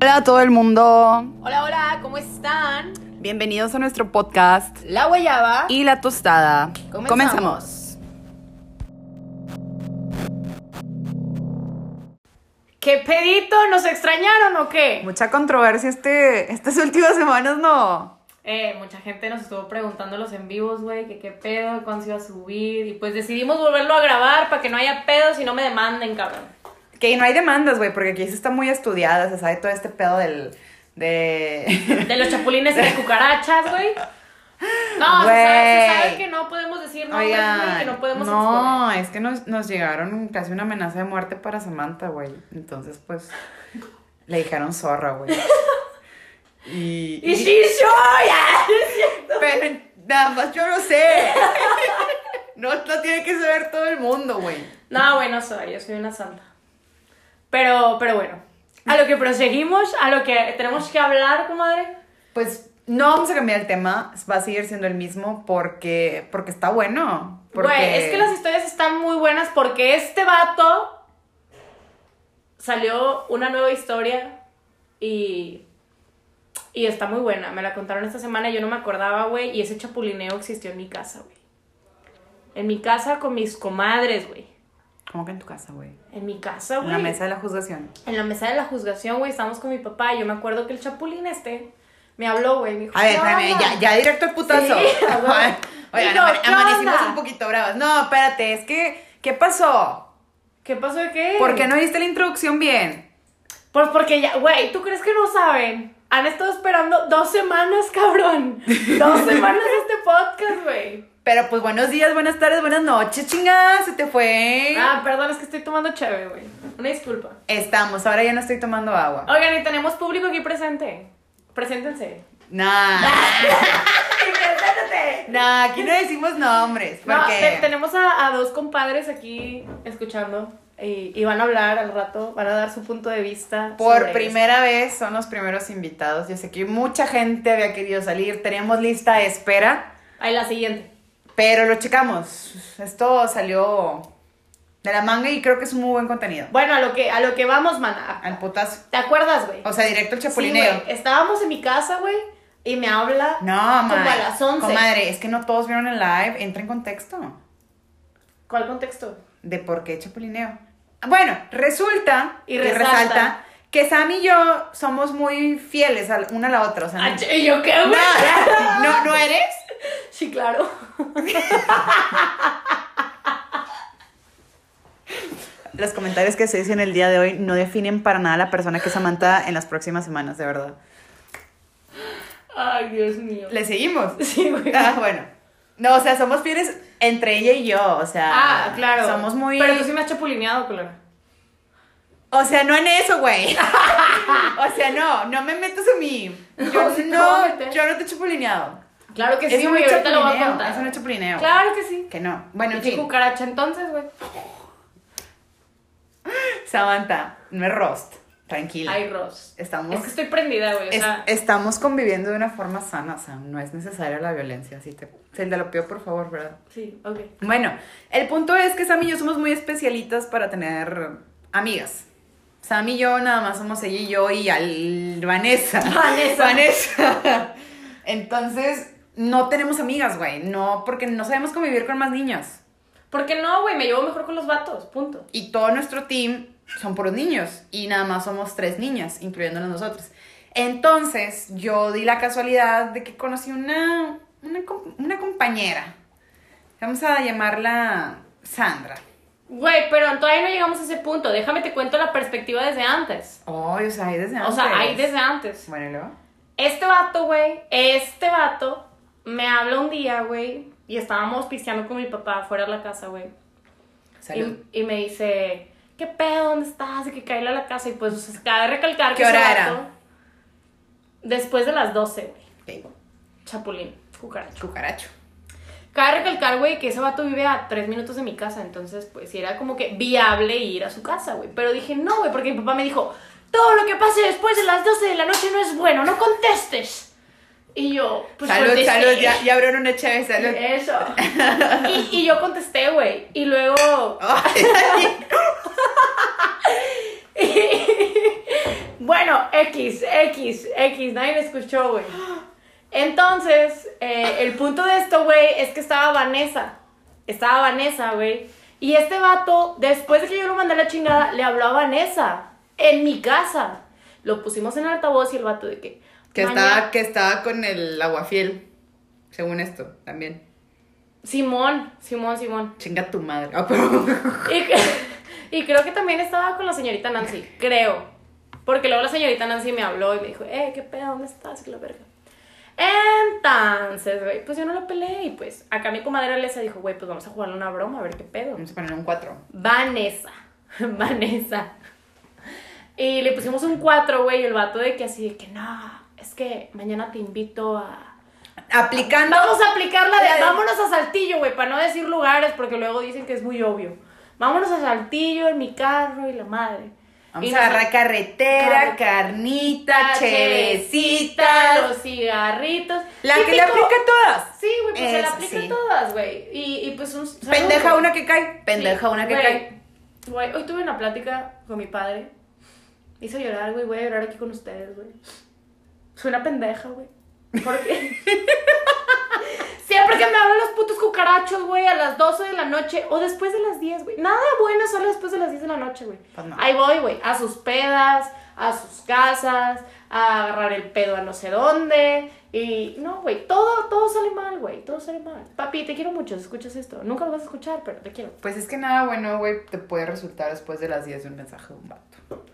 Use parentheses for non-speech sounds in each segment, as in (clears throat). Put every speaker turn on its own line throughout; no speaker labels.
Hola a todo el mundo.
Hola, hola, ¿cómo están?
Bienvenidos a nuestro podcast
La Guayaba.
y la tostada.
Comenzamos. ¿Qué pedito? ¿Nos extrañaron o qué?
Mucha controversia este, estas (laughs) últimas semanas, ¿no?
Eh, mucha gente nos estuvo preguntando los en vivos, güey, que qué pedo, cuándo se iba a subir. Y pues decidimos volverlo a grabar para que no haya pedos y no me demanden, cabrón.
Que no hay demandas, güey, porque aquí sí está muy estudiada, se sabe todo este pedo del... De...
De los chapulines y de cucarachas, güey. No, se
Güey.
sabe, se sabe que (laughs) no podemos decir nombres, güey, que no podemos exponer.
no, es que nos, nos llegaron casi una amenaza de muerte para Samantha, güey. Entonces, pues, le dijeron zorra,
(laughs)
güey. Y,
Y sí, soy, ah.
Pero nada más yo lo sé. No, no tiene que saber todo el mundo, güey.
No, güey, no soy, yo soy una santa. Pero, pero bueno, a lo que proseguimos, a lo que tenemos que hablar, comadre.
Pues no vamos a cambiar el tema, va a seguir siendo el mismo porque, porque está bueno. Porque...
Güey, es que las historias están muy buenas porque este vato salió una nueva historia y, y está muy buena. Me la contaron esta semana y yo no me acordaba, güey, y ese chapulineo existió en mi casa, güey. En mi casa con mis comadres, güey.
¿Cómo que en tu casa, güey?
En mi casa,
En
Ah, güey.
la mesa de la juzgación.
En la mesa de la juzgación, güey, estábamos con mi papá. Y yo me acuerdo que el chapulín este me habló, güey. Me dijo,
A ver,
"¿Qué
espérame,
onda?".
ya, ya directo al (laughs) putazo.
Sí, a huevo.
Oigan,
Digo,
ama-
¿qué
amanecimos
onda?
un poquito bravas. No, espérate, es que, ¿qué pasó?
¿Qué pasó de qué?
¿Por qué no diste la introducción bien?
Pues porque ya, güey, ¿tú crees que no saben? Han estado esperando dos semanas, cabrón.
(laughs)
Dos semanas este podcast, güey.
Pero pues buenos días, buenas tardes, buenas noches, chingada, se te fue.
Ah, perdón, es que estoy tomando chévere, güey. Una disculpa.
Estamos, ahora ya no estoy tomando agua.
Oigan, y tenemos público aquí presente. Preséntense.
Nah,
¡Preséntate!
nah, aquí no decimos nombres.
No, te-
Porque
tenemos a, a dos compadres aquí escuchando y, y van a hablar al rato, van a dar su punto de vista. sobre
por
esto.
primera vez son los primeros invitados. Yo sé que mucha gente había querido salir. Teníamos lista de espera,
Ahí la siguiente.
pero lo checamos. Esto salió de la manga y creo que es un muy buen contenido.
Bueno, a lo que, a lo que vamos, mana.
Al putazo.
¿Te acuerdas, güey?
O sea, directo al
Sí,
chapulineo.
güey. Estábamos en mi casa, güey, y me habla.
no, madre.
Como a las 11.
Comadre, es que no todos vieron el live. Entra en contexto.
¿Cuál contexto?
de por qué chapulineo. Bueno, resulta
Y
que
resalta.
resalta que Sam y yo somos muy fieles a la- una a la otra. O sea, (laughs)
Ah,
no,
ch- ¿Y yo qué, güey?
no, no, ¿no eres.
Sí, claro.
Los comentarios que se dicen el día de hoy no definen para nada la persona que es Samantha en las próximas semanas, de verdad.
Ay, Dios mío.
¿Le seguimos?
Sí, güey.
(laughs) Ah, bueno. No, o sea, somos fieles entre ella y yo, o sea.
Ah, claro.
Somos muy.
Pero tú sí me has chapulineado, Clara.
O sea, no en eso, güey. (laughs) o sea, no, no me metas a mí. Yo
No, sí te voy a
no,
meter.
yo no te he chapulineado.
Claro que
es
sí,
un
güey. Ahorita lo voy a
chapulineo.
contar.
Es un chapulineo.
Claro que sí.
Que no. Bueno, en
Pinche
fin.
cucaracha entonces, güey.
Samantha, no es roast. Tranquila.
Ay, Ross.
estamos,
Es que estoy prendida, güey. O
es-
sea,
estamos conviviendo de una forma sana, Sam. No es necesaria la violencia. Así te, se te lo pido, por favor, ¿verdad?
sí, ok.
Bueno, el punto es que Sam y yo somos muy especialitas para tener amigas. Sam y yo nada más somos ella y yo y al Vanessa.
Vanessa.
Vanessa. Entonces, no tenemos amigas, güey. No, porque no sabemos convivir con más niñas.
Porque no, güey, me llevo mejor con los vatos, punto.
y todo nuestro team son puros niños y nada más somos tres niñas, incluyéndonos nosotros. Entonces yo di la casualidad de que conocí una, una, com- una compañera. Vamos a llamarla Sandra.
Güey, pero todavía no llegamos a ese punto. Déjame te cuento la perspectiva desde antes.
Ay, o sea, ahí desde
O sea, ahí desde antes.
Bueno, ¿y luego?
Este vato, güey, este vato me habla un día, güey, y estábamos pisteando con mi papá afuera de la casa, güey.
Salud.
Y, y me dice, ¿qué pedo? ¿Dónde estás? Y que caíle a la casa. Y pues, o sea, cabe recalcar
¿Qué
que ese
hora
vato-
era?
Después de las 12, güey.
Ok,
Chapulín, cucaracho.
Cucaracho.
Cabe recalcar, güey, que ese vato vive a tres minutos de mi casa, entonces, pues, sí era como que viable ir a su casa, güey. Pero dije, no, güey, porque mi papá me dijo, todo lo que pase después de las 12 de la noche no es bueno, no contestes. Y yo, pues, Eh,
salud,
contesté.
salud. Ya, ya abrieron una chévere, salud.
(laughs) Eso. Y, y yo contesté, güey. Y luego,
Ay,
X, X, X, nadie me escuchó, güey. Entonces, eh, el punto de esto, güey, es que estaba Vanessa. Estaba Vanessa, güey. Y este vato, después de que yo lo mandé a la chingada, le habló a Vanessa. En mi casa. Lo pusimos en altavoz y el vato de que.
Que
"Mañana-
estaba, que estaba con el aguafiel, según esto, también.
Simón, Simón, Simón.
Chinga tu madre. Ah, pero- (laughs)
(laughs) Y, y creo que también estaba con la señorita Nancy, creo. Porque luego la señorita Nancy me habló y me dijo, eh, qué pedo, ¿dónde estás? Y que la verga. Entonces, güey, pues yo no lo peleé y pues acá mi comadre Alesa dijo, güey, pues vamos a jugarle una broma, a ver qué pedo.
Vamos a poner un 4.
Vanessa, (laughs) Vanessa. Y le pusimos un 4, güey, y el vato de que así, de que no, es que mañana te invito a...
Aplicando.
Vamos a aplicar la
Eh.
de vámonos a Saltillo, güey, para no decir lugares, porque luego dicen que es muy obvio. Vámonos a Saltillo en mi carro y la madre.
Vamos
Y
a
nos-
agarrar carretera,
Carre-
carnita,
chevecita,
chevecita.
los cigarritos.
La que le
Típico-
aplica a todas.
Sí, güey, pues se la
Es-
aplica
sí.
a todas, güey. Y, y pues un saludo.
Pendeja una que cae. Pendeja
Sí,
una que
güey.
cae.
Güey, hoy tuve una plática con mi padre. Me hizo llorar, güey. Voy a llorar aquí con ustedes, güey. Soy una pendeja, güey. ¿Por qué? (laughs) Siempre que me hablan los putos cucarachos, güey, a las 12 de la noche o después de las 10, güey. Nada bueno solo después de las 10 de la noche, güey.
Pues no.
Ahí voy, güey. A sus pedas, a sus casas, a agarrar el pedo a no sé dónde. Y no, güey. Todo, todo sale mal, güey. Todo sale mal. Papi, te quiero mucho. si escuchas esto. Nunca lo vas a escuchar, pero te quiero.
Pues es que nada bueno, güey, te puede resultar después de las 10 de un mensaje de un vato.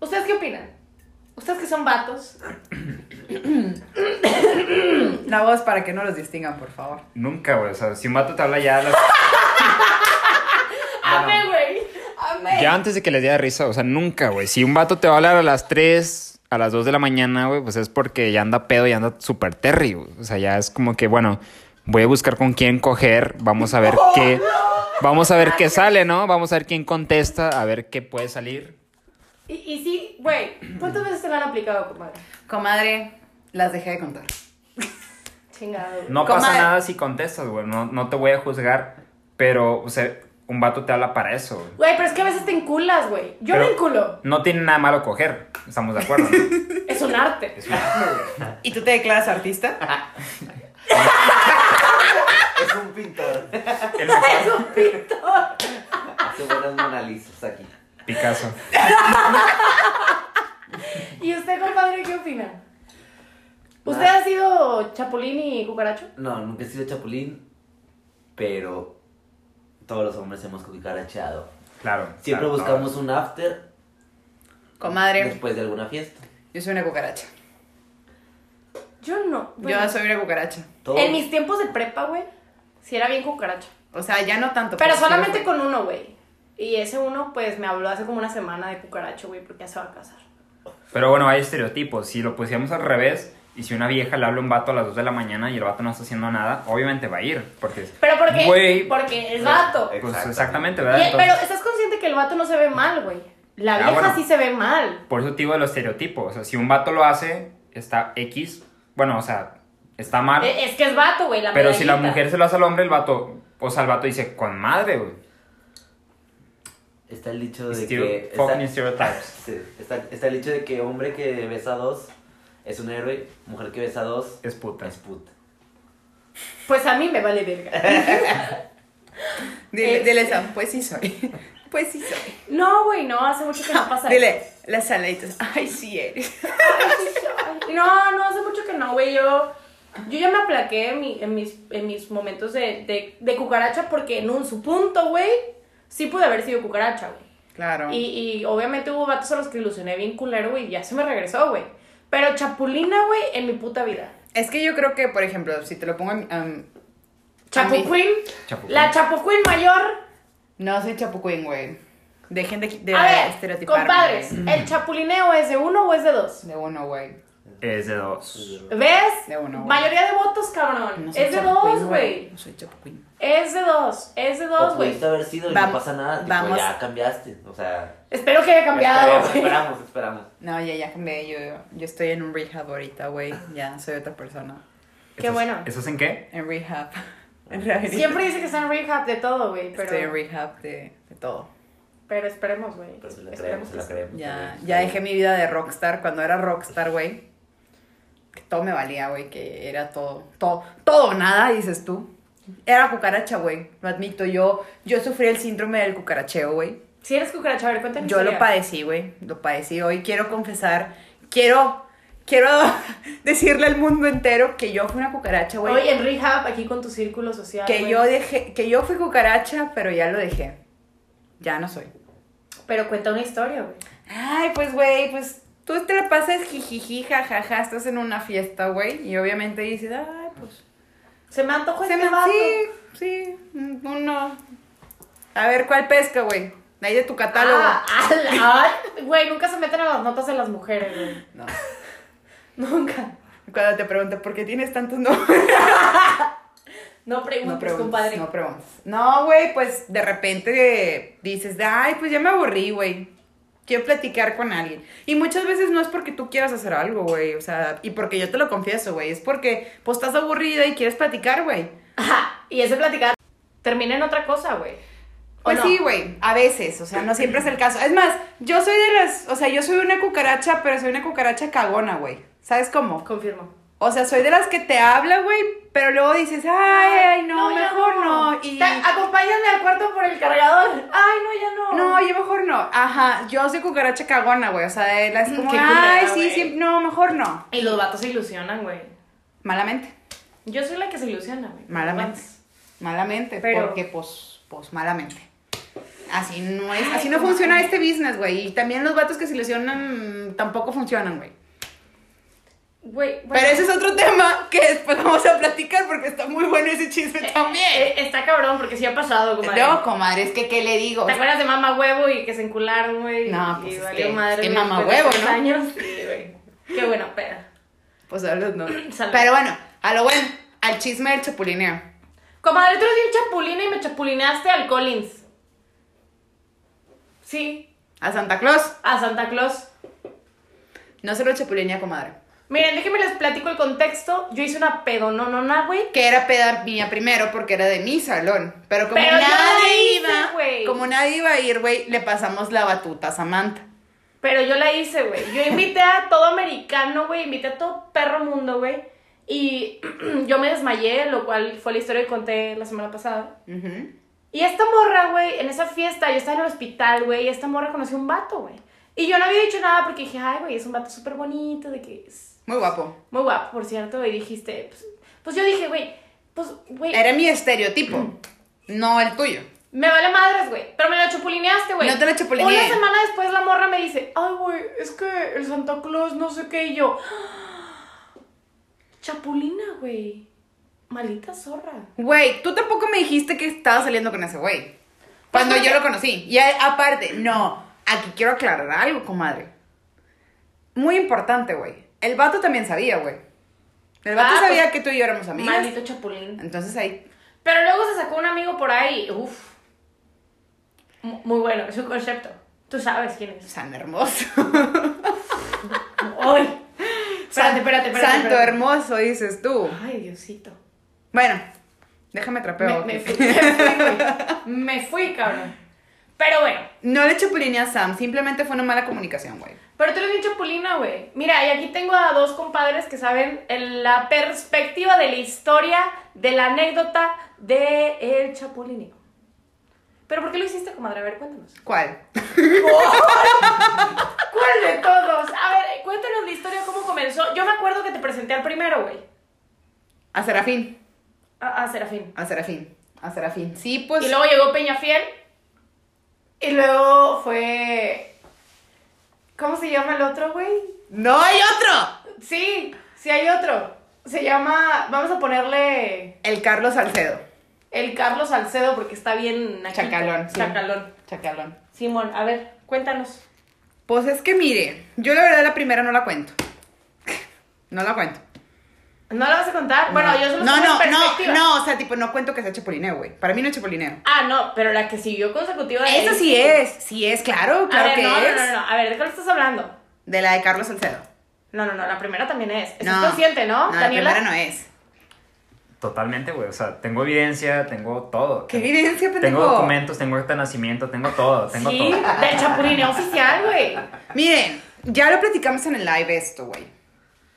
¿Ustedes qué opinan? Ustedes que son vatos.
La voz para que no los distingan, por favor.
Nunca, güey. O sea, si un vato te habla ya a las-
Amé, güey. Amé.
Ya antes de que les diera risa, o sea, nunca, güey. Si un vato te va a hablar a las 3, a las 2 de la mañana, güey, pues es porque ya anda pedo y anda súper terry, güey. O sea, ya es como que, bueno, voy a buscar con quién coger, vamos a ver qué... Vamos a ver qué sale, ¿no? Vamos a ver quién contesta, a ver qué puede salir.
Y, y sí, güey. ¿Cuántas veces te la han aplicado, comadre?
Comadre, las dejé de contar.
Chingado. güey.
No pasa
Comadre.
nada si contestas, güey. No, no te voy a juzgar, pero, o sea, un vato te habla para eso, güey.
Güey, pero es que a veces te enculas, güey. Yo
Pero
me enculo.
No tiene nada malo coger, estamos de acuerdo. ¿no?
Es un arte.
Es un güey.
¿Y tú te declaras artista?
Es un pintor.
El mejor
(laughs) Es un pintor.
Hace buenas Mona Lisas aquí.
Picasso.
¿Y usted, compadre, qué opina? ¿Usted ha sido chapulín y cucaracho?
No, nunca he sido chapulín, pero todos los hombres hemos cucaracheado.
Claro.
Siempre
claro,
buscamos un after
Comadre,
después de alguna fiesta.
yo soy una cucaracha.
Yo no. Bueno,
Yo soy una cucaracha.
Todo-
En mis tiempos de prepa, güey, sí era bien cucaracho.
O sea, ya no tanto.
Pero
porque
solamente
sí,
con uno, güey. Y ese uno, pues, me habló hace como una semana de cucaracho, güey, porque ya se va a casar.
Pero bueno, hay estereotipos. Si lo pusiéramos al revés y si una vieja le habla a un vato a las 2 de la mañana y el vato no está haciendo nada, obviamente va a ir. Porque, es-
Pero porque,
Güey.
porque es vato.
pues
Exactamente.
exactamente,
Y-
¿verdad?
Eh, pero
Entonces,
estás consciente que el vato no se ve mal, güey. La
Ah,
vieja
bueno.
sí se ve mal.
por eso te digo de los estereotipos. O sea, si un vato lo hace, está X. Bueno, o sea, está mal.
E- Es que es vato, güey. La
Ah. pero si la
medallita.
mujer se lo hace al hombre, el vato, o sea, el vato dice, con madre, güey.
Está el dicho de
Stereo-
que.
Fucking
está-
stereotypes.
Sí, está, está el dicho de que hombre que besa a dos es un héroe, mujer que besa a dos
Es puta.
es puta.
Pues a mí me vale verga.
Dile,
Eh,
dile eso, pues sí soy. (laughs) Pues sí soy.
No, güey, no, hace mucho que (laughs) no pasa eso.
Dile, las saladitas. Ay, sí eres.
No, no, hace mucho que no, güey. Yo, yo ya me aplaqué en, mi- en mis, en mis momentos de, de- de cucaracha porque en un su punto, güey, sí pude haber sido cucaracha, güey.
Ah.
Claro.
Y, y obviamente hubo vatos a los que ilusioné bien culero, güey, y ya se me regresó, güey. Pero chapulina, güey, en mi puta vida.
Es que yo creo que, por ejemplo, si te lo pongo en. um, a mí-
Chapuquín,
Chapuquín.
la Chapuquín mayor.
No soy chapucuín, güey. Dejen de, de
a ver,
estereotiparme,
compadres,
güey.
¿el chapulineo es de uno o es de dos?
De uno, güey.
Es de dos.
¿Ves?
De uno, güey.
Mayoría de votos, cabrón.
No soy
es de
chapucuín,
dos, güey.
No soy chapucuín.
Es de dos, es de
O
dos, güey.
pudiste haber sido y
Vam-
no pasa nada, tipo,
vamos-
ya cambiaste. O sea,
Espero que haya cambiado,
esperamos,
güey.
esperamos, esperamos.
No, ya, ya cambié. Yo, yo estoy en un rehab ahorita, güey. Ya, soy otra persona.
Qué
¿Estás-
bueno.
¿Estás en qué?
En rehab. (laughs) En realidad.
Siempre dice que está en rehab de todo, güey, pero...
Estoy en rehab de, de todo.
Pero esperemos, güey.
Pero se Pues la
Esperemos
creemos, se
que
la
sí.
creemos.
Ya,
se la
ya
creemos.
dejé mi vida de rockstar cuando era rockstar, güey. Que todo me valía, güey, que era todo, todo, todo, o nada, dices tú. Era cucaracha, güey, lo admito. Yo, yo sufrí el síndrome del cucaracheo, güey.
Si eres cucaracha, a ver, cuéntame.
Yo lo
padezco.
padecí, güey, lo padecí. Hoy quiero confesar, quiero, quiero (laughs) decirle al mundo entero que yo fui una cucaracha, güey.
Hoy en rehab, aquí con tu círculo social.
Que
güey.
yo dejé, que yo fui cucaracha, pero ya lo dejé. Ya no soy.
Pero cuenta una historia, güey.
Ay, pues, güey, pues tú te la pasas jijiji, jajaja, estás en una fiesta, güey, y obviamente dices, ay, pues,
Se me antojó
se
este
me-
vato.
sí, sí, mm, uno, a ver, ¿cuál pesca, güey? De ahí de tu catálogo.
Ah, ala, ay, Güey, nunca se meten a las notas de las mujeres, güey.
No.
(laughs) Nunca.
Cuando te preguntan, ¿por qué tienes tantos nombres?
No preguntes,
No preguntes,
compadre.
no preguntes. No, güey, pues, de repente eh, dices, ay, pues ya me aburrí, güey. Quiero platicar con alguien. Y muchas veces no es porque tú quieras hacer algo, güey. O sea, y porque yo te lo confieso, güey. Es porque, pues, estás aburrida y quieres platicar, güey.
Ajá, y ese platicar termina en otra cosa, güey. ¿O
Pues
no?
sí, güey, a veces, o sea, no siempre es el caso. Es más, yo soy de las, o sea, yo soy una cucaracha, pero soy una cucaracha cagona, güey. ¿Sabes cómo?
Confirmo.
O sea, soy de las que te habla, güey, pero luego dices, ay, ay, no,
ya
mejor no. Y,
Ta- acompáñame al cuarto por el cargador. Ay, no, ya no.
no, yo mejor no. Ajá, yo soy cucaracha cagona, güey. O sea, de las como,
Mm, Qué culera,
ay, sí,
güey.
sí, no, mejor no.
Y los vatos se ilusionan, güey.
Malamente,
Yo soy la que se ilusiona, güey.
malamente, malamente,
Pero-
porque pues, pues malamente. Así no es, así
Ay,
no
comadre.
funciona este business, güey. Y también los vatos que se ilusionan mm, tampoco funcionan, güey.
Güey, bueno.
Pero ese es otro tema que después vamos a platicar porque está muy bueno ese chisme
Eh,
también.
eh, está cabrón porque sí ha pasado, comadre.
No, comadre, es que ¿qué le digo?
¿Te acuerdas de mamá huevo y que se encularon, güey?
No,
Y
pues, es
valió
que-
madre,
es que
güey,
mamá
después de
huevo,
tres
¿no?
años. Sí, güey. Qué bueno, peda.
Pues a los no.
(laughs) Salud.
Pero bueno, a lo bueno, al chisme del chapulineo.
Comadre, tú eres bien chapulina y me chapulineaste al Collins. Sí,
A Santa Claus,
a Santa Claus.
no se lo chapulinea, comadre.
Miren, déjenme les platico el contexto. Yo hice una pedononona, güey.
Que era peda mía primero porque era de mi salón. Pero como
Pero yo la
nadie
hice,
iba,
güey.
como nadie iba a ir, güey, le pasamos la batuta a Samantha.
Pero yo la hice, güey. Yo invité a todo americano, güey. Invité a todo perro mundo, güey. Y (clears throat) yo me desmayé, lo cual fue la historia que conté la semana pasada.
Ujú.
Y esta morra, güey, en esa fiesta, yo estaba en el hospital, güey, y esta morra conoció un vato, güey. Y yo no había dicho nada porque dije, ay, güey, es un vato súper bonito, de que es
Muy guapo.
muy guapo, por cierto, y dijiste, pues, pues yo dije, güey, pues, güey,
Era mi estereotipo, no el tuyo.
me vale madres, güey, pero me la chupulineaste, güey.
No te la chupulineé.
Una semana después la morra me dice, ay, güey, es que el Santa Claus no sé qué, y yo, "Ah, chapulina, güey, malita zorra.
Güey, tú tampoco me dijiste que estaba saliendo con ese güey. Cuando
Pues,
yo
porque-
lo conocí. Y a- aparte, no, aquí quiero aclarar algo, comadre. Muy importante, güey. El vato también sabía, güey. El vato
Ah,
sabía
pues,
que tú y yo éramos amigas.
Maldito chapulín.
Entonces ahí.
Pero luego se sacó un amigo por ahí, uff. Muy bueno, es un concepto. Tú sabes quién es.
San hermoso.
¡Ay! Espérate, espérate, espérate.
Santo
espérate.
hermoso, dices tú.
Ay, Diosito.
Bueno, déjame trapeo.
Me, me
ok.
fui, me fui, güey. (laughs) Me fui, cabrón. Pero bueno,
No le chapulineé a Sam, simplemente fue una mala comunicación, güey.
pero tú eres bien chapulina, güey. Mira, y aquí tengo a dos compadres que saben el- la perspectiva de la historia, de la anécdota de el chapulineo. ¿Pero por qué lo hiciste, comadre? A ver, cuéntanos.
¿Cuál?
Ah, ¿Cuál de todos? A ver, cuéntanos la historia, cómo comenzó. Yo me acuerdo que te presenté al primero, güey.
A Serafín.
A, a Serafín.
A Serafín. A Serafín. Sí, pues.
Y luego llegó Peñafiel. Y luego fue. ¿Cómo se llama el otro, güey?
¡No hay otro!
Sí, sí hay otro. Se llama. Vamos a ponerle.
El Carlos Salcedo.
El Carlos Salcedo porque está bien. naquito.
Chacalón, sí.
Chacalón.
Chacalón.
Simón, a ver, cuéntanos.
Pues es que mire, yo la verdad la primera no la cuento. No la cuento.
¿No la vas a contar? Bueno, yo solo
No,
sé mi
no, no,
perspectiva.
no, o sea, tipo, no cuento que sea chapulineo, güey. Para mí no es chapulineo.
Ah, no, pero la que siguió consecutiva. de
Eso
él.
sí es, sí es, claro, claro
a ver,
que
no,
es.
no, no, no. A ver, ¿de qué le estás hablando?
De la de Carlos Salcedo.
No, no, no, la primera también es. Estás
No.
consciente, ¿no?
No, la primera no es.
Totalmente, güey. O sea, tengo evidencia, tengo todo.
¿Qué
tengo,
evidencia, pendejo?
tengo documentos, tengo acta de nacimiento, tengo todo, tengo
Sí,
todo.
del chapulineo oficial, güey.
Miren, ya lo platicamos en el live esto, güey.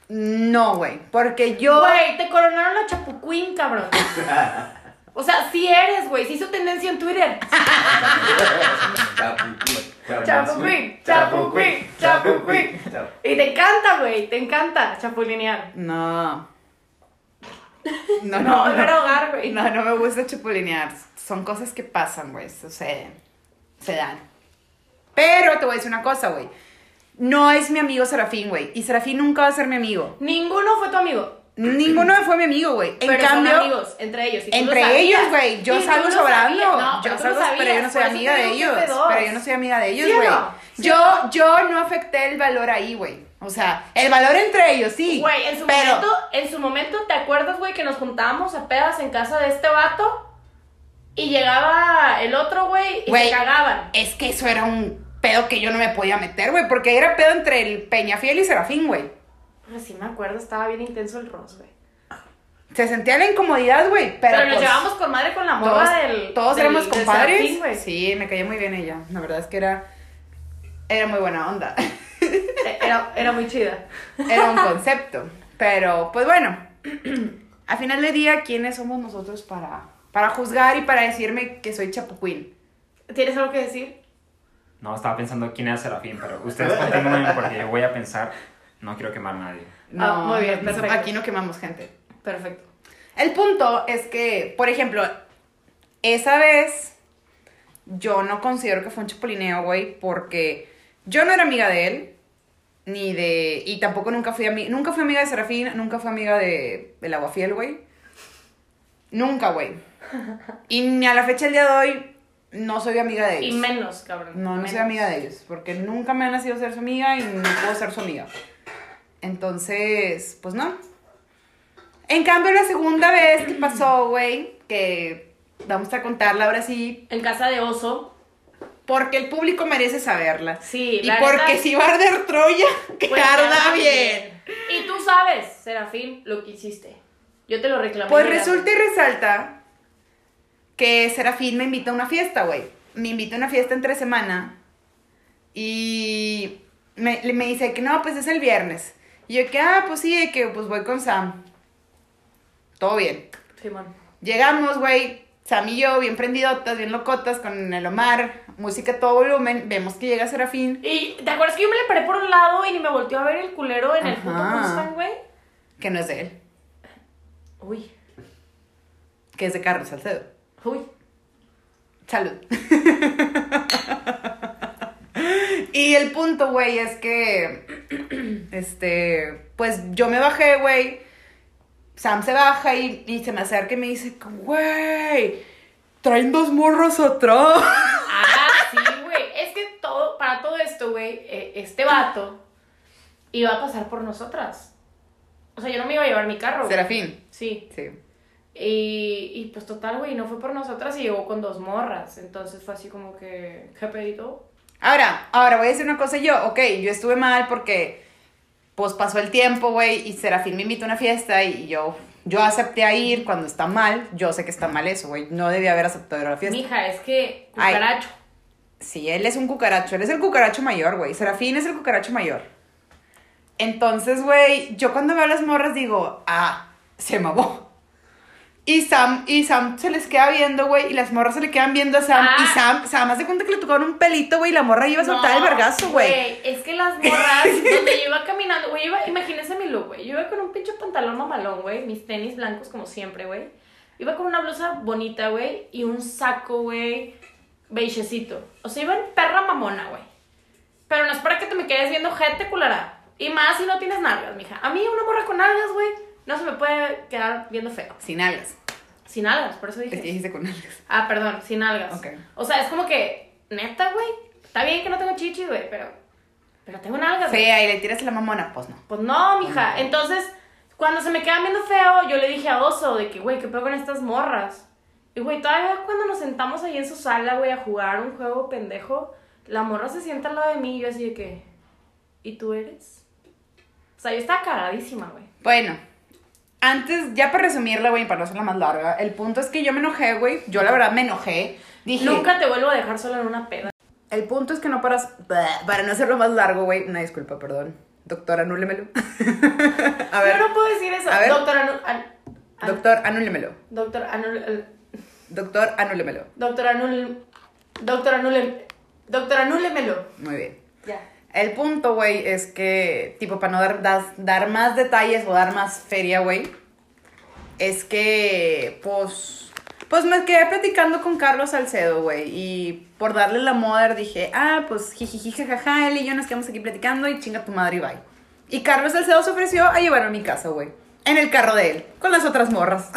No, güey. Porque (laughs) yo.
Güey, te coronaron la chapuquín, cabrón. O sea, sí eres, güey. Se hizo tendencia en Twitter. Chapuquín, chapuquín, chapuquín. Y te encanta, güey. Te encanta chapulinear.
No. No,
(laughs) No,
no,
volver
no.
a hogar, güey.
No, no me gusta chapulinear. Son cosas que pasan, güey. O sea, se dan. Pero te voy a decir una cosa, güey. No es mi amigo Serafín, güey. Y Serafín nunca va a ser mi amigo.
Ninguno fue tu amigo.
Ninguno fue mi amigo, güey. En
pero
cambio,
son amigos, entre ellos. y tú lo
entre
sabías.
ellos, güey. Yo
Y tú
salgo
lo
sobrando.
sabías. No,
yo
pero tú lo
salgo, pero yo no
sabías.
soy
Por eso
amiga
te
de
digo que
ellos.
es de dos.
Pero yo no soy amiga de ellos,
¿Sí o
güey.
no? ¿Sí
yo, yo no afecté el valor ahí, güey. O sea, el valor entre ellos, sí.
Güey, en su
pero,
momento, en su momento, ¿te acuerdas, güey, que nos juntábamos a pedas en casa de este vato? Y llegaba el otro, güey, y
Güey.
se cagaban.
Es que eso era un pedo que yo no me podía meter, güey. Porque era pedo entre el Peñafiel y Serafín, güey.
Pero sí me acuerdo, estaba bien intenso el Ross, güey.
Se sentía la incomodidad, güey. Pero,
Pero, nos
pues,
llevábamos con madre con la morra
Todos,
del.
todos
del-
éramos
del
compadres.
Serafín, güey.
sí, me caía muy bien ella. La verdad es que era. Era muy buena onda. (laughs)
Era, era muy chida.
era un concepto. Pero, pues bueno, (clears throat) al final del día, ¿quiénes somos nosotros para, para juzgar y para decirme que soy chapuquín?
¿Tienes algo que decir?
No, estaba pensando quién era Serafín, pero ustedes continúen porque yo voy a pensar, no quiero quemar a nadie.
No,
Ah, muy bien,
no, no,
perfecto.
aquí no quemamos gente.
Perfecto.
El punto es que, por ejemplo, esa vez yo no considero que fue un chapulineo, güey, porque yo no era amiga de él, ni de... Y tampoco nunca fui, ami- nunca fui amiga de Serafín, nunca fui amiga de El Aguafiel, güey. Nunca, güey. Y ni a la fecha del día de hoy no soy amiga de ellos.
Y menos, cabrón.
No, no
menos.
soy amiga de ellos, porque nunca me han nacido ser su amiga y no puedo ser su amiga. Entonces, pues no. En cambio, la segunda vez que pasó, güey, que vamos a contarla ahora sí,
En casa de oso.
porque el público merece saberla.
Sí,
y
la
porque
neta-
si va a arder Troya, (laughs) que
Pues,
arda
ya,
bien.
Y tú sabes, Serafín, lo que hiciste. Yo te lo reclamé.
Pues
mira,
resulta y resalta que Serafín me invita a una fiesta, güey. Me invita a una fiesta entre semana y me, le- me dice que no, pues es el viernes. Y yo que, ah, pues sí, de que pues voy con Sam. Todo bien.
Simón.
Llegamos, güey, Sam y yo, bien prendidotas, bien locotas, con el Omar, música a todo volumen. Vemos que llega Serafín,
Y te acuerdas que yo me le paré por un lado y ni me volteó a ver el culero en el
Ajá.
puto Mustang, güey.
que no es de él,
Uy,
que es de Carlos Salcedo.
uy.
Salud. (laughs) y el punto, güey, es que. (clears throat) Este. Pues yo me bajé, güey. Sam se baja y, y se me acerca y me dice, güey, traen dos morros atrás.
Ah, sí, güey. Es que todo, para todo esto, güey, eh, este vato iba a pasar por nosotras. O sea, yo no me iba a llevar mi carro. güey.
Serafín.
Sí.
Sí.
Y, y pues total, güey, no fue por nosotras y llegó con dos morras. Entonces fue así como que, ¿qué pedido?
Ahora, ahora voy a decir una cosa yo. Ok, yo estuve mal porque. Pues pasó el tiempo, güey, y Serafín me invitó a una fiesta y yo, yo acepté a ir cuando está mal. Yo sé que está mal eso, güey. No debía haber aceptado ir a la fiesta.
Mija, es que
Ay.
cucaracho.
Sí, él es un cucaracho. Él es el cucaracho mayor, güey. Serafín es el cucaracho mayor. Entonces, güey, yo cuando veo a las morras digo, ah, se mamó. Y Sam, y Sam se les queda viendo, güey, y las morras se le quedan viendo a Sam.
Ah.
Y Sam, Sam hace cuenta que le tocaron un pelito, güey, y la morra iba a soltar el
No,
vergazo, güey.
Es que las
(laughs)
morras, donde yo iba caminando, güey, yo iba- imagínense mi look, güey. Yo iba con un pinche pantalón mamalón, güey. Mis tenis blancos, como siempre, güey. Iba con una blusa bonita, güey. Y un saco, güey. Beigecito. O sea, iba en perra mamona, güey. Pero no es para que te me quedes viendo gente culará. Y más si no tienes nalgas, mija. A mí una morra con nalgas, güey, no se me puede quedar viendo feo.
Sin algas.
Sin nalgas, por eso
Te
dije.
dijiste con algas.
Ah, perdón, sin algas.
Ok.
O sea, es como que, neta, güey. Está bien que no tengo chichis, güey, pero. Pero tengo nalgas, güey.
Fea, y le tiras a la mamona, pues no.
Pues no, mija. Entonces, cuando se me quedan viendo feo, yo le dije a Oso de que, güey, ¿qué pedo con estas morras? Y, güey, todavía cuando nos sentamos ahí en su sala, güey, a jugar un juego pendejo, la morra se sienta al lado de mí y yo así de que, ¿y tú eres? O sea, yo estaba cagadísima, güey.
Bueno, antes, ya para resumirla, güey, para no hacerla más larga, el punto es que yo me enojé, güey. Yo la verdad me enojé. Dije,
Nunca te vuelvo a dejar sola en una peda.
El punto es que no paras. Para no hacerlo más largo, güey. Una disculpa, perdón. Doctor, anúlemelo. (laughs) A ver.
Yo no puedo decir eso.
A ver.
Doctor, anu- an- an-
Doctor, anúlemelo.
Doctor, anul- el-
Doctor, anúlemelo.
Doctor, anul... Doctor, anule... Doctor, anúlemelo.
Muy bien.
Ya.
El punto, güey, es que, tipo, para no dar, das- dar más detalles o dar más feria, güey, es que, pues, pues me quedé platicando con Carlos Salcedo, güey, y por darle la moda dije, ah, pues, jijiji, jajaja, él y yo nos quedamos aquí platicando y chinga tu madre y bye. Y Carlos Salcedo se ofreció a llevarme a mi casa, güey, en el carro de él, con las otras morras.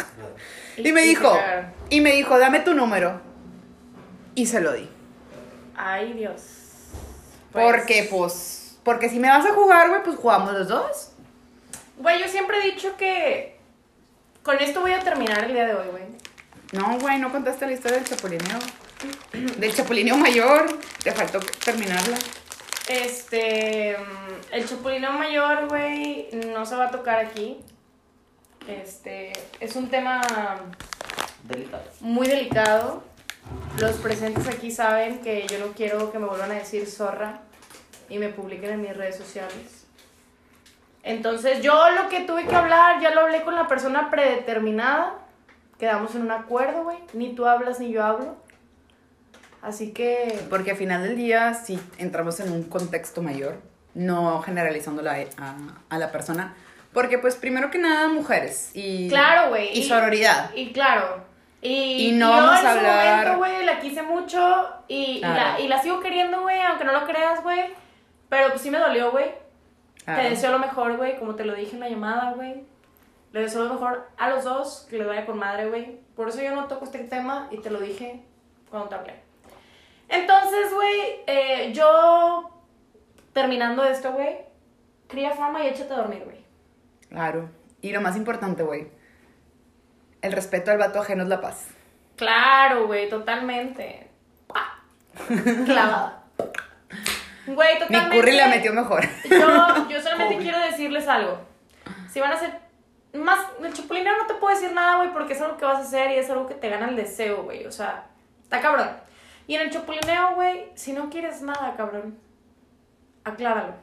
y me
Y- y
dijo,
se cagaron.
y me dijo, dame tu número. Y se lo di.
Ay, Dios. Pues.
Porque, pues, porque si me vas a jugar, güey, pues jugamos los dos.
Güey, yo siempre he dicho que... Con esto voy a terminar el día de hoy, güey.
No, güey, no contaste la historia del chapulineo. Del chapulineo mayor. Te faltó terminarla.
Este... mm, El chapulino mayor, güey, no se va a tocar aquí. Este... Es un tema
Delicado.
muy delicado. Los presentes aquí saben que yo no quiero que me vuelvan a decir zorra y me publiquen en mis redes sociales. Entonces yo lo que tuve que hablar, ya lo hablé con la persona predeterminada. Quedamos en un acuerdo, güey. Ni tú hablas ni yo hablo. Así que...
Porque al final del día, si entramos en un contexto mayor, no generalizándola a, a la persona. Porque, pues, primero que nada, mujeres. Y,
Claro, güey.
Y sororidad.
Y claro. Y,
Y no
yo
vamos
en
a
su
hablar-
momento, güey, la quise mucho y, y la,
Claro.
y la sigo queriendo, güey, aunque no lo creas, güey. Pero pues sí me dolió, güey.
Ah,
Te deseo lo mejor, güey, como te lo dije en la llamada, güey. Le deseo lo mejor a los dos, que les vaya con madre, güey. Por eso yo no toco este tema y te lo dije cuando te hablé. Entonces, güey, eh, yo terminando esto, güey, cría fama y échate a dormir, güey.
Claro. Y lo más importante, güey. El respeto al vato ajeno es la paz.
Claro, güey, totalmente. Pa. Clavada.
(laughs)
Güey,
Mi
totalmente.
curry la metió mejor. (laughs)
Yo, yo solamente quiero decirles algo. Si van a hacer más. El chupulineo no te puedo decir nada, güey, porque es algo que vas a hacer y es algo que te gana el deseo, güey. O sea, está cabrón. Y en el chupulineo, güey, si no quieres nada, cabrón, acláralo.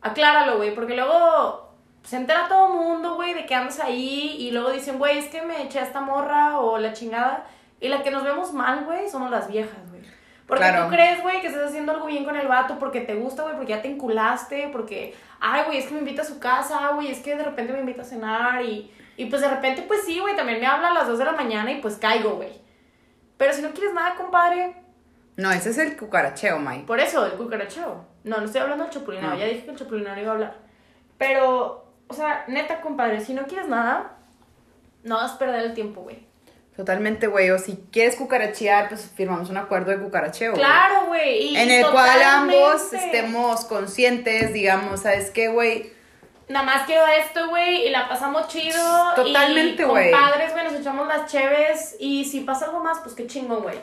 Acláralo, güey, porque luego se entera todo el mundo, güey, de que andas ahí y luego dicen, güey, es que me eché a esta morra o la chingada. Y la que nos vemos mal, güey, somos las viejas, güey. Porque
Claro.
tú crees, güey, que estás haciendo algo bien con el vato porque te gusta, güey, porque ya te enculaste, porque, ay, güey, es que me invita a su casa, güey, es que de repente me invita a cenar y, y pues de repente, pues sí, güey, también me habla a las 2 de la mañana y pues caigo, güey. Pero si no quieres nada, compadre,
No, ese es el cucaracheo, Mike.
por eso, el cucaracheo. No, no estoy hablando del chapulinado.
Ah.
Ya dije que el chapulinado iba a hablar. Pero, o sea, neta, compadre, si no quieres nada, no vas a perder el tiempo, güey.
Totalmente, güey. O si quieres cucarachear, pues firmamos un acuerdo de cucaracheo. güey.
Claro, güey. y
En el cual ambos este,
totalmente.
estemos conscientes, digamos, ¿sabes qué, güey?
Nada más quiero esto, güey, y la pasamos chido.
Totalmente,
y
güey.
Compadres, güey, nos echamos las cheves. Y si pasa algo más, pues qué chingo, güey.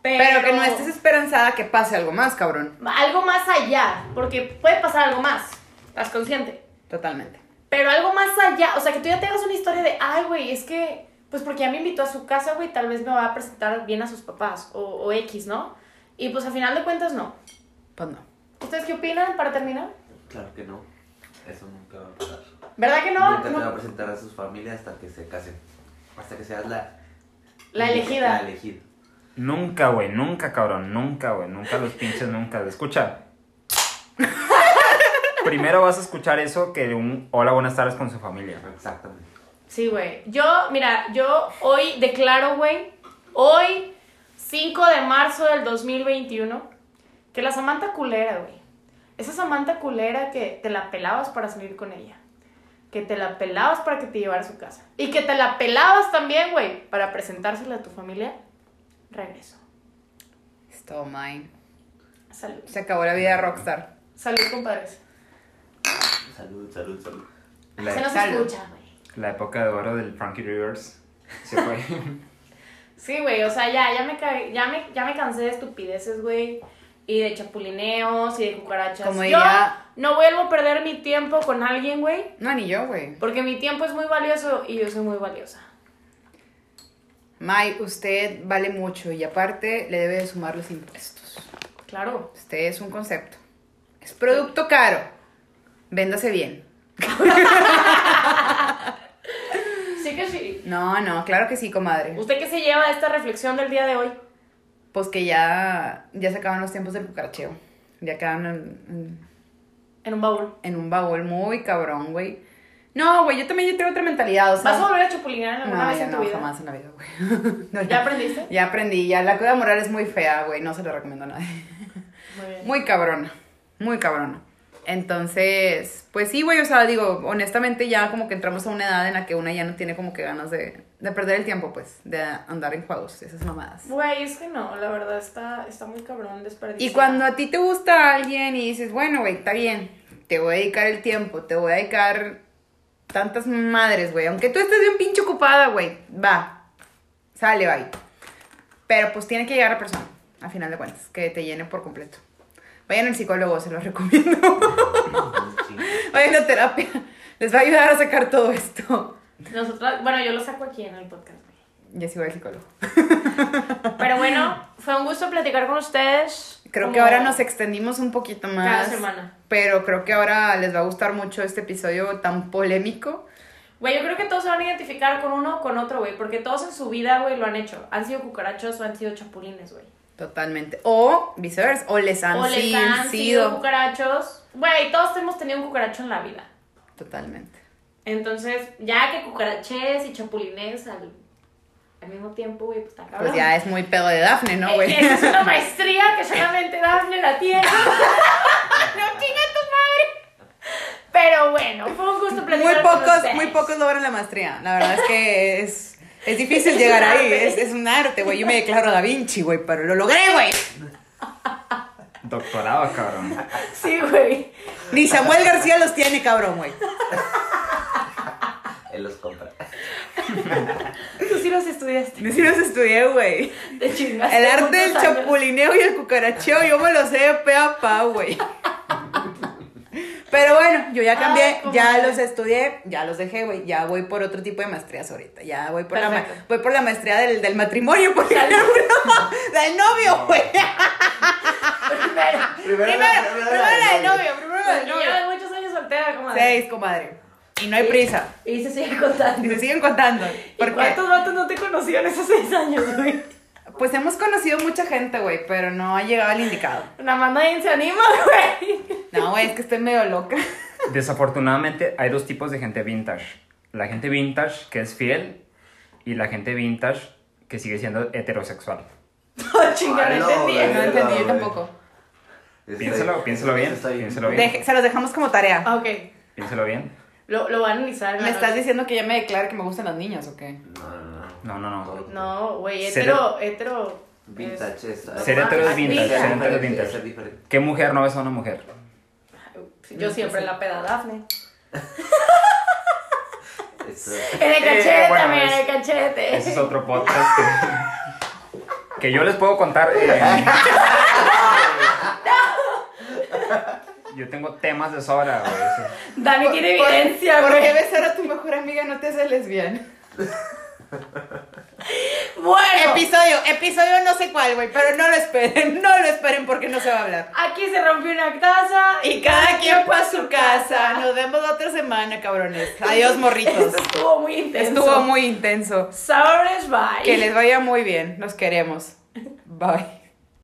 Pero,
Pero... que no estés esperanzada que pase algo más, cabrón.
Algo más allá, porque puede pasar algo más. ¿Estás consciente?
Totalmente.
Pero algo más allá, o sea, que tú ya te hagas una historia de, ay, güey, es que, pues porque ya me invitó a su casa, güey, tal vez me va a presentar bien a sus papás, o, o X, ¿no? Y pues al final de cuentas, no.
Pues no.
¿Ustedes qué opinan para terminar?
Claro que no. Eso nunca va a pasar.
¿Verdad que no?
Nunca
No.
te va a presentar a sus familias hasta que se casen. Hasta que seas la...
La elegida.
La elegida.
Nunca, güey, nunca, cabrón, nunca, güey, nunca los pinches, nunca. Escucha. Primero vas a escuchar eso que un hola, buenas tardes con su familia.
Exactamente.
Sí, güey. Yo, mira, yo hoy declaro, güey, hoy, 5 de marzo del 2021, que la Samantha culera, güey. Esa Samantha culera que te la pelabas para salir con ella. Que te la pelabas para que te llevara a su casa. Y que te la pelabas también, güey, para presentársela a tu familia. Regreso.
It's todo mine.
Salud.
Se acabó la vida de rockstar.
Salud, compadres.
Salud, salud, salud.
La,
Se nos
Salud.
escucha, güey.
la época de oro del Frankie Rivers se fue. (laughs)
Sí, güey, o sea, ya, ya me, ca- ya me, ya me cansé de estupideces, güey. y de chapulineos y de cucarachas.
Como
Yo
diría-
no vuelvo a perder mi tiempo con alguien, güey,
No, ni yo, güey.
porque mi tiempo es muy valioso y yo soy muy valiosa.
May, usted vale mucho y aparte le debe de sumar los impuestos.
Claro.
Usted es un concepto. Es producto caro. Véndase bien.
Sí que sí.
No, no, claro que sí, comadre.
¿Usted qué se lleva de esta reflexión del día de hoy?
Pues que ya, ya se acaban los tiempos del cucaracheo. Ya quedan en- en,
En un baúl.
en un baúl muy cabrón, güey. No, güey, yo también yo tengo otra mentalidad, o sea.
¿Vas a volver a chapulinear alguna
no,
vez
ya
en tu
no,
vida?
jamás en la vida, güey. (laughs) No,
¿Ya aprendiste?
Ya aprendí, ya la cruda moral es muy fea, güey, no se lo recomiendo a nadie.
Muy bien.
Muy cabrona, muy cabrona. Entonces, pues sí, güey, o sea, digo, honestamente ya como que entramos a una edad en la que una ya no tiene como que ganas de, de perder el tiempo, pues, de andar en juegos, esas mamadas.
Güey, es que no, la verdad está, está muy cabrón desperdiciar.
Y cuando a ti te gusta alguien y dices, bueno, güey, está bien, te voy a dedicar el tiempo, te voy a dedicar tantas madres, güey. Aunque tú estés bien pinche ocupada, güey, va, sale, bye. Pero pues tiene que llegar la persona, a final de cuentas, que te llene por completo. Vayan al psicólogo, se los (laughs) recomiendo.
Sí.
Vayan a terapia, les va a ayudar a sacar todo esto.
Nosotras, bueno, yo lo saco aquí en el podcast. güey.
Ya sí voy al psicólogo.
Pero bueno, fue un gusto platicar con ustedes.
Creo que
Como-
ahora nos extendimos un poquito más.
Cada semana.
Pero creo que ahora les va a gustar mucho este episodio tan polémico.
Güey, yo creo que todos se van a identificar con uno o con otro, güey. Porque todos en su vida, güey, lo han hecho. Han sido cucarachos o han sido chapulines, güey.
Totalmente. O viceversa. O les han,
O les
sin- sido.
han sido cucarachos. Güey, todos hemos tenido un cucaracho en la vida.
Totalmente.
Entonces, ya que cucaraches y chapulines al, al mismo tiempo, güey, pues está cabrón.
Pues ya es muy pedo de Dafne, ¿no, güey?
Eh,
(laughs)
Esa es una maestría que solamente Dafne la tiene. no chinga tu madre. Pero bueno, fue un gusto
muy
platicar con
pocos,
ustedes.
muy pocos logran la maestría. La verdad es que es, es difícil
Es
llegar
un
ahí.
arte.
Es, es un arte, güey. Yo me declaro Da Vinci, güey, pero lo logré, güey.
Doctorado, cabrón.
Sí, güey.
Ni Samuel García los tiene, cabrón, güey.
Él los compra.
Tú sí los estudiaste.
Ni si los estudié, güey.
Te chingaste.
El arte del
muchos años. (laughs)
chapulineo y el cucaracheo, yo me lo sé de pe a pa, güey. Pero bueno, yo ya cambié,
Ay,
ya
comadre.
los estudié, ya los dejé, güey. Ya voy por otro tipo de maestrías ahorita. Ya voy por, la, ma-
Perfecto.
voy por la maestría del, del matrimonio, porque no, no, la del novio, güey. (laughs)
Primero.
Primero,
Primero, primero la del novio, primero la del
Y
novio.
ya de muchos años soltera, comadre.
Seis, comadre. Y no hay prisa.
Y se sigue contando.
Y se siguen contando.
¿Y
Porque,
cuántos vatos no te conocían esos seis años, güey?
pues hemos conocido mucha gente, güey, pero no ha llegado al indicado.
Nada más nadie se anima, (laughs) güey.
No, güey, es que estoy medio loca.
Desafortunadamente hay dos tipos de gente vintage. La gente vintage que es fiel y la gente vintage que sigue siendo heterosexual.
No, chinga,
Ay,
no
no,
entendí.
güey.
No entendí yo
güey.
tampoco.
Piénsalo, piénsalo bien, piénsalo bien.
Deje- se los dejamos como tarea.
Ah, Ok.
Piénselo bien.
Lo, lo voy a analizar.
¿Me
la
estás
noche.
diciendo que ya me declaro que me gustan las niñas o qué?
No,
No, no, no.
no, no.
Todo
No, güey,
Ser-
hetero, hetero. es-
Vintage es.
Ser hetero
Vintage.
es vintage, ser hetero es
Es diferente, es
vintage.
diferente.
¿Qué mujer no es una mujer?
Yo
pues
siempre la peda Dafne.
Esto-
En el
Eh,
cachete
bueno,
también,
es-
en el cachete.
Ese es otro podcast que, que yo les puedo contar. eh, yo tengo temas de sobra, güey. sí.
Dani tiene
Por-
evidencia,
¿Por
güey.
qué besar a tu mejor amiga no te hace lesbiana?
Bueno,
Episodio, episodio no sé cuál, güey, pero no lo esperen, (laughs) no lo esperen porque no se va a hablar.
aquí se rompió una taza
Y cada quien para su casa. Nos vemos la otra semana, cabrones. Adiós, morritos. (laughs)
Eso estuvo muy intenso.
Estuvo muy intenso.
Sabores, bye.
Que les vaya muy bien. Nos queremos. Bye.